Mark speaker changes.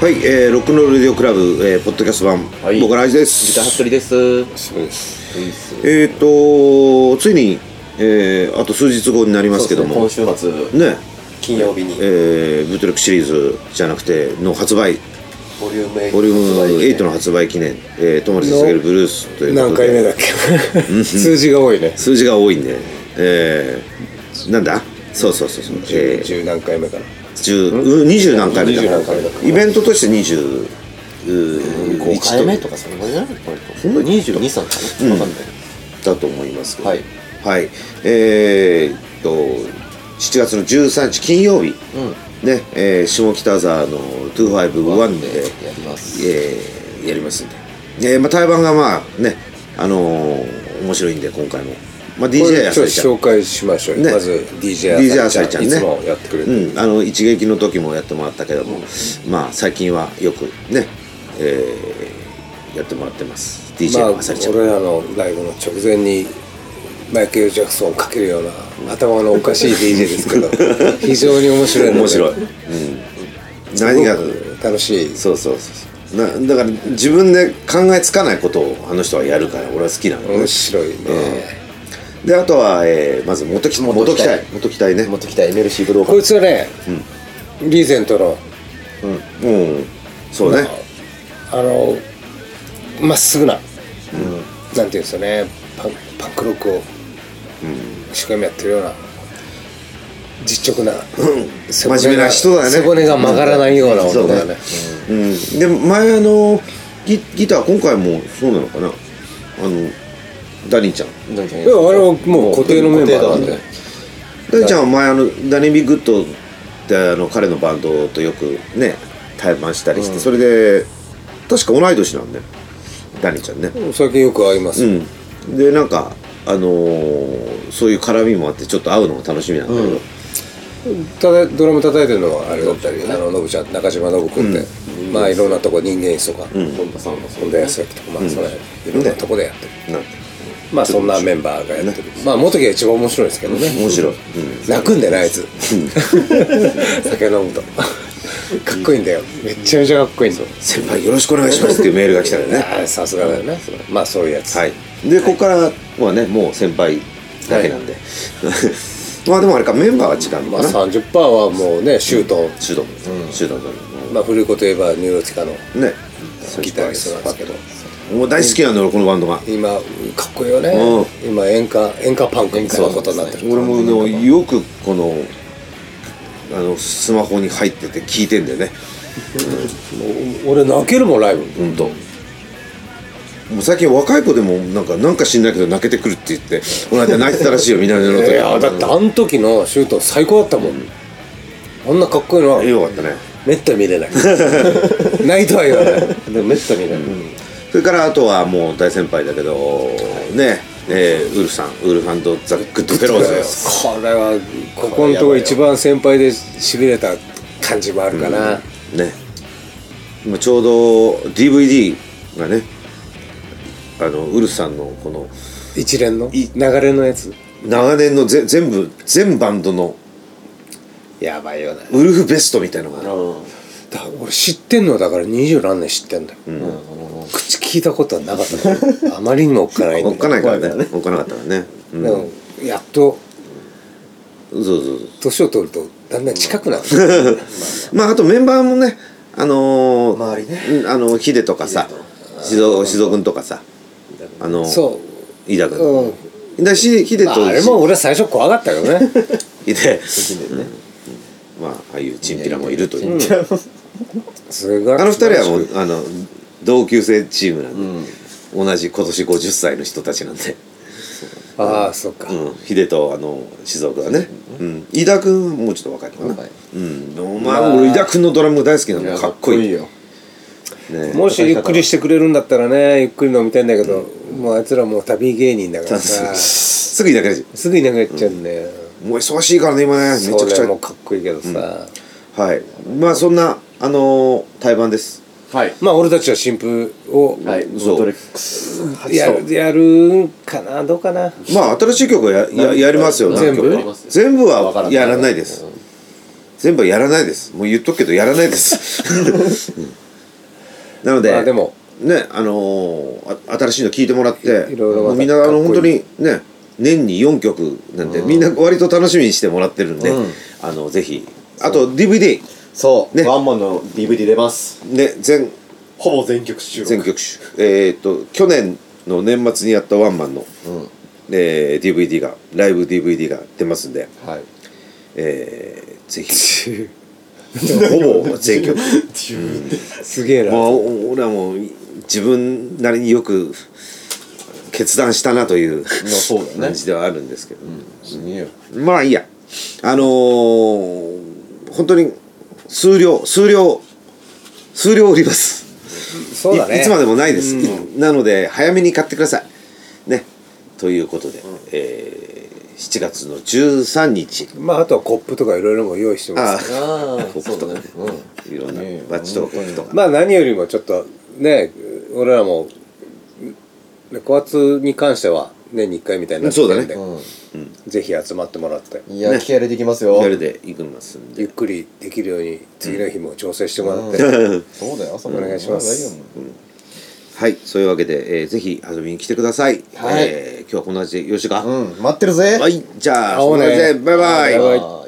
Speaker 1: はい、えー、ロックンロールレディオクラブ、えー、ポッドキャスト版、
Speaker 2: はい
Speaker 1: 僕ら愛です
Speaker 2: ギター服部です。
Speaker 1: そうです
Speaker 2: いいっすね
Speaker 1: えっ、ー、とついに、えー、あと数日後になりますけども
Speaker 2: 今週末
Speaker 1: ね
Speaker 2: 金曜日に
Speaker 1: えー、ブートレックシリーズじゃなくての発売
Speaker 2: ボリューム8
Speaker 1: ボリューム8の発売記念「えー、友達に捧げるブルース」ということで
Speaker 3: 何回目だっけ数字が多いね
Speaker 1: 数字が多いんで、えー、なんだそうそうそうそう、え
Speaker 3: 十
Speaker 1: ー、
Speaker 3: 十何回目かな
Speaker 1: 10うん20何回目だ
Speaker 3: 20何回目だから
Speaker 1: イベントとして20うん
Speaker 2: 5回目
Speaker 1: 一
Speaker 2: とかそのぐらいじゃないこれ
Speaker 1: んなに
Speaker 2: 22歳かな、わかんない
Speaker 1: だと思いますけど
Speaker 2: はい、
Speaker 1: はい、えー、っと7月の13日金曜日、ねえー下北沢の251で、
Speaker 2: やります
Speaker 1: えーやりますんで、えーまあ、対バンがまあねあのー面白いんで今回も、まあ、
Speaker 3: こ
Speaker 1: DJ
Speaker 3: れ
Speaker 1: や
Speaker 3: ち
Speaker 1: さ
Speaker 3: ょっ
Speaker 1: りちゃん
Speaker 3: と紹介しましょうよ、
Speaker 1: ね
Speaker 3: まず DJ
Speaker 1: DJ
Speaker 3: あ
Speaker 1: あ
Speaker 3: さ
Speaker 1: さ
Speaker 3: り
Speaker 1: り
Speaker 3: ち
Speaker 1: ち
Speaker 3: ゃ
Speaker 1: ゃ
Speaker 3: ん
Speaker 1: んね
Speaker 3: いつもやってくれてる、
Speaker 1: うん、あの一撃の時もやってもらったけども、まあ最近はよくね、えーやってもらってます
Speaker 3: まあ
Speaker 1: DJ あさりちゃん、
Speaker 3: 俺らのライブの直前にマイケル・ジャクソンをかけるような頭のおかしい DJ で すけど非常に面白いので
Speaker 1: 面白い、うん、何が
Speaker 3: 楽しい
Speaker 1: そうそうそうなだから自分で考えつかないことをあの人はやるから俺は好きなのね
Speaker 3: 面白いね、
Speaker 1: であとは、えーまず元木元木隊元木隊ね
Speaker 2: もっと来た MLC 武道
Speaker 3: こい
Speaker 2: 館
Speaker 3: つはね、リーゼントの
Speaker 1: うんそうね
Speaker 3: あのまっすぐな、なんていうんですかねパンパンクロックを一生懸命やってるような実直な、背骨が
Speaker 1: 真面目な人だね
Speaker 3: 背骨が曲がらないような
Speaker 1: そ
Speaker 3: 男
Speaker 1: う
Speaker 3: だ
Speaker 1: だ
Speaker 3: ね
Speaker 1: ねうん、で前あのギギター今回もそうなのかなあのダニーちゃん
Speaker 2: なんか
Speaker 3: い
Speaker 2: ね
Speaker 3: やあれはもう固定のメンバーなん
Speaker 2: 固定
Speaker 3: で、
Speaker 2: だ
Speaker 1: ダニーちゃんは前あのダニビグッドってあの彼のバンドとよくね対バンしたりして、それで確か同い年なんでダニーちゃんね
Speaker 3: 最近よく会います、
Speaker 1: うん、でなんかあのーそういう絡みもあってちょっと会うのも楽しみなんだけど、
Speaker 3: ただドラム叩いてるのはあれだったり、あのノブちゃん中島信君で、まあいろんなとこ人間椅子とか、
Speaker 2: 本田さんもそう
Speaker 3: 本田康明とかまあその辺いろんなとこでやってる、
Speaker 1: なんて
Speaker 3: まあそんなメンバーがやってる、まあ元木が一番面白いですけどね、
Speaker 1: 面白い、
Speaker 3: 泣くんだよなあいつ酒飲むとかっこいいんだよめっちゃめちゃかっこいいんだよ
Speaker 1: 先輩よろしくお願いしますっていうメールが来たよね
Speaker 3: ああさすがだよねまあそういうやつ、
Speaker 1: はいでここからはねもう先輩だけなんで、 まあでもあれかメンバーは違うの
Speaker 3: まあ、
Speaker 1: かな、
Speaker 3: 30%はもうねシュート、
Speaker 1: シュドンシュドンさん
Speaker 3: まあ、古いこと言えばニューロティカの
Speaker 1: ね
Speaker 3: ギタリストなんですけど
Speaker 1: もう大好きなんだろこのバンドが
Speaker 3: 今かっこいいよね、
Speaker 1: う
Speaker 3: 今演歌演歌パンクみたいなことになってる
Speaker 1: 俺ものよくこのあのスマホに入ってて聞いてんだよね
Speaker 3: もう俺泣けるもんライブ
Speaker 1: 本当。もう最近若い子でもなんかなんか知んないけど泣けてくるって言ってこの間泣いてたらしいよ南野の
Speaker 3: い
Speaker 1: 時
Speaker 3: やだってあの時のシュート最高だったもん、あんなかっこいいのは
Speaker 1: よかったね
Speaker 3: めったに見 れないないとは言わないでもめったに見れない、
Speaker 1: それからあとはもう大先輩だけどねえーウルフさんウルフザ・グッドフェローズです
Speaker 3: これはここのところ一番先輩でしびれた感じもあるかな、
Speaker 1: ね今ちょうど DVD がねあのウルフさんのこの
Speaker 3: 一連の流れのやつ
Speaker 1: 長年のぜ全部全バンドの
Speaker 3: やばいよね
Speaker 1: ウルフベストみたいなのが
Speaker 2: うん
Speaker 3: だ俺知ってんのだから二十何年知ってんだよ、口聞いたことはなかったのあまりにもおっかないんだ
Speaker 1: おっかないからね
Speaker 2: 怖いからね
Speaker 1: おっかなかったからね、うん、
Speaker 3: でもやっと
Speaker 1: そうそうそう
Speaker 3: 年を取るとだんだん近くなってくる
Speaker 1: まああとメンバーもねあのー、
Speaker 2: 周りね
Speaker 1: うんあのヒデとかさシドシド君とかさあの
Speaker 3: そ
Speaker 1: 飯田
Speaker 3: う、うん
Speaker 1: 君、だしヒデ
Speaker 3: ま
Speaker 1: と、
Speaker 3: あ、あれも俺は最初怖かったけどね
Speaker 1: いて
Speaker 2: でね
Speaker 1: まあああいうチンピラもいるという、
Speaker 2: じゃあもう
Speaker 3: すごい
Speaker 1: あの二人はもうあの同級生チームなんで、同じ今年50歳の人たちなんで、
Speaker 3: ああそっか、
Speaker 1: うん、ヒデとあの静岡はね、うん、飯田君はもうちょっと若いのかな、
Speaker 2: 若い
Speaker 1: うん、お前俺飯田君のドラムが大好きなのかっこいい
Speaker 2: よ
Speaker 1: ね
Speaker 3: もしゆっくりしてくれるんだったらねゆっくり飲みたいんだけど、もうあいつらもう旅芸人だからさ
Speaker 1: すぐいなくなっちゃう
Speaker 3: すぐいなくなっちゃうんだよ、
Speaker 1: もう忙しいからね今ねめちゃく
Speaker 3: そ
Speaker 1: ち
Speaker 3: れも
Speaker 1: ゃ
Speaker 3: かっこいいけどさ、
Speaker 1: はいまあそんなあのー、対バンです
Speaker 2: はい
Speaker 3: まあ俺たちは新婦を
Speaker 2: はい
Speaker 1: そう
Speaker 2: ボトレックス初
Speaker 3: やるやるんかなどうかな
Speaker 1: まあ新しい曲はやややりますよ
Speaker 2: 全
Speaker 3: 部
Speaker 1: 何曲か全部はやらないです全部はやらないですもう言っとくけどやらないです うん なので,、
Speaker 3: まあでも
Speaker 1: ねあのーあ新しいの聞いてもらって
Speaker 3: いいろいろまた
Speaker 1: もうみんなあ
Speaker 3: かっ
Speaker 1: の
Speaker 3: こいい
Speaker 1: 本当にね年に4曲なんで、みんな割と楽しみにしてもらってるんで、
Speaker 2: うん
Speaker 1: あのぜひあと DVD
Speaker 2: そう、
Speaker 1: ね
Speaker 2: ワンマンの DVD 出ます
Speaker 1: ね全
Speaker 2: ほぼ全曲収録
Speaker 1: 全曲集えーっと去年の年末にやったワンマンの、
Speaker 2: うん
Speaker 1: えー DVD がライブ DVD が出ますんで、
Speaker 2: はい
Speaker 1: えーぜひほぼ全 曲
Speaker 3: すげえな
Speaker 1: もうお俺はもう自分なりによく決断したなという
Speaker 2: あそうだね
Speaker 1: 感じではあるんですけど、
Speaker 2: すげえよ
Speaker 1: まあいいやあのー本当に数量数量数量売ります
Speaker 3: そうだね
Speaker 1: いいつまでもないです、なので早めに買ってくださいねということで、えー7月の13日
Speaker 3: まああとはコップとかいろいろも用意してます
Speaker 1: あ
Speaker 3: から
Speaker 2: あ
Speaker 1: あ
Speaker 2: あ
Speaker 1: そうだねいろんな
Speaker 2: ねえ
Speaker 1: バッチとかコップとか、
Speaker 3: まあ何よりもちょっとね俺らもね小圧に関しては年に1回みたいになってるんで、
Speaker 1: そう
Speaker 3: ぜひ集まってもらって
Speaker 2: いや、気合い入れていきますよ
Speaker 1: 夜で行きますんで
Speaker 3: ゆっくりできるように次の日も調整してもらって、
Speaker 2: そうだよ朝
Speaker 3: お願いします
Speaker 1: はい、そういうわけで、えーぜひ遊びに来てください。
Speaker 2: はい
Speaker 1: えー今日はこんな感じでよろしいか、
Speaker 2: うん待ってるぜ
Speaker 1: はい、じゃあ、
Speaker 3: 会おうね
Speaker 1: そんな感じでバイバイ。
Speaker 2: バイバイ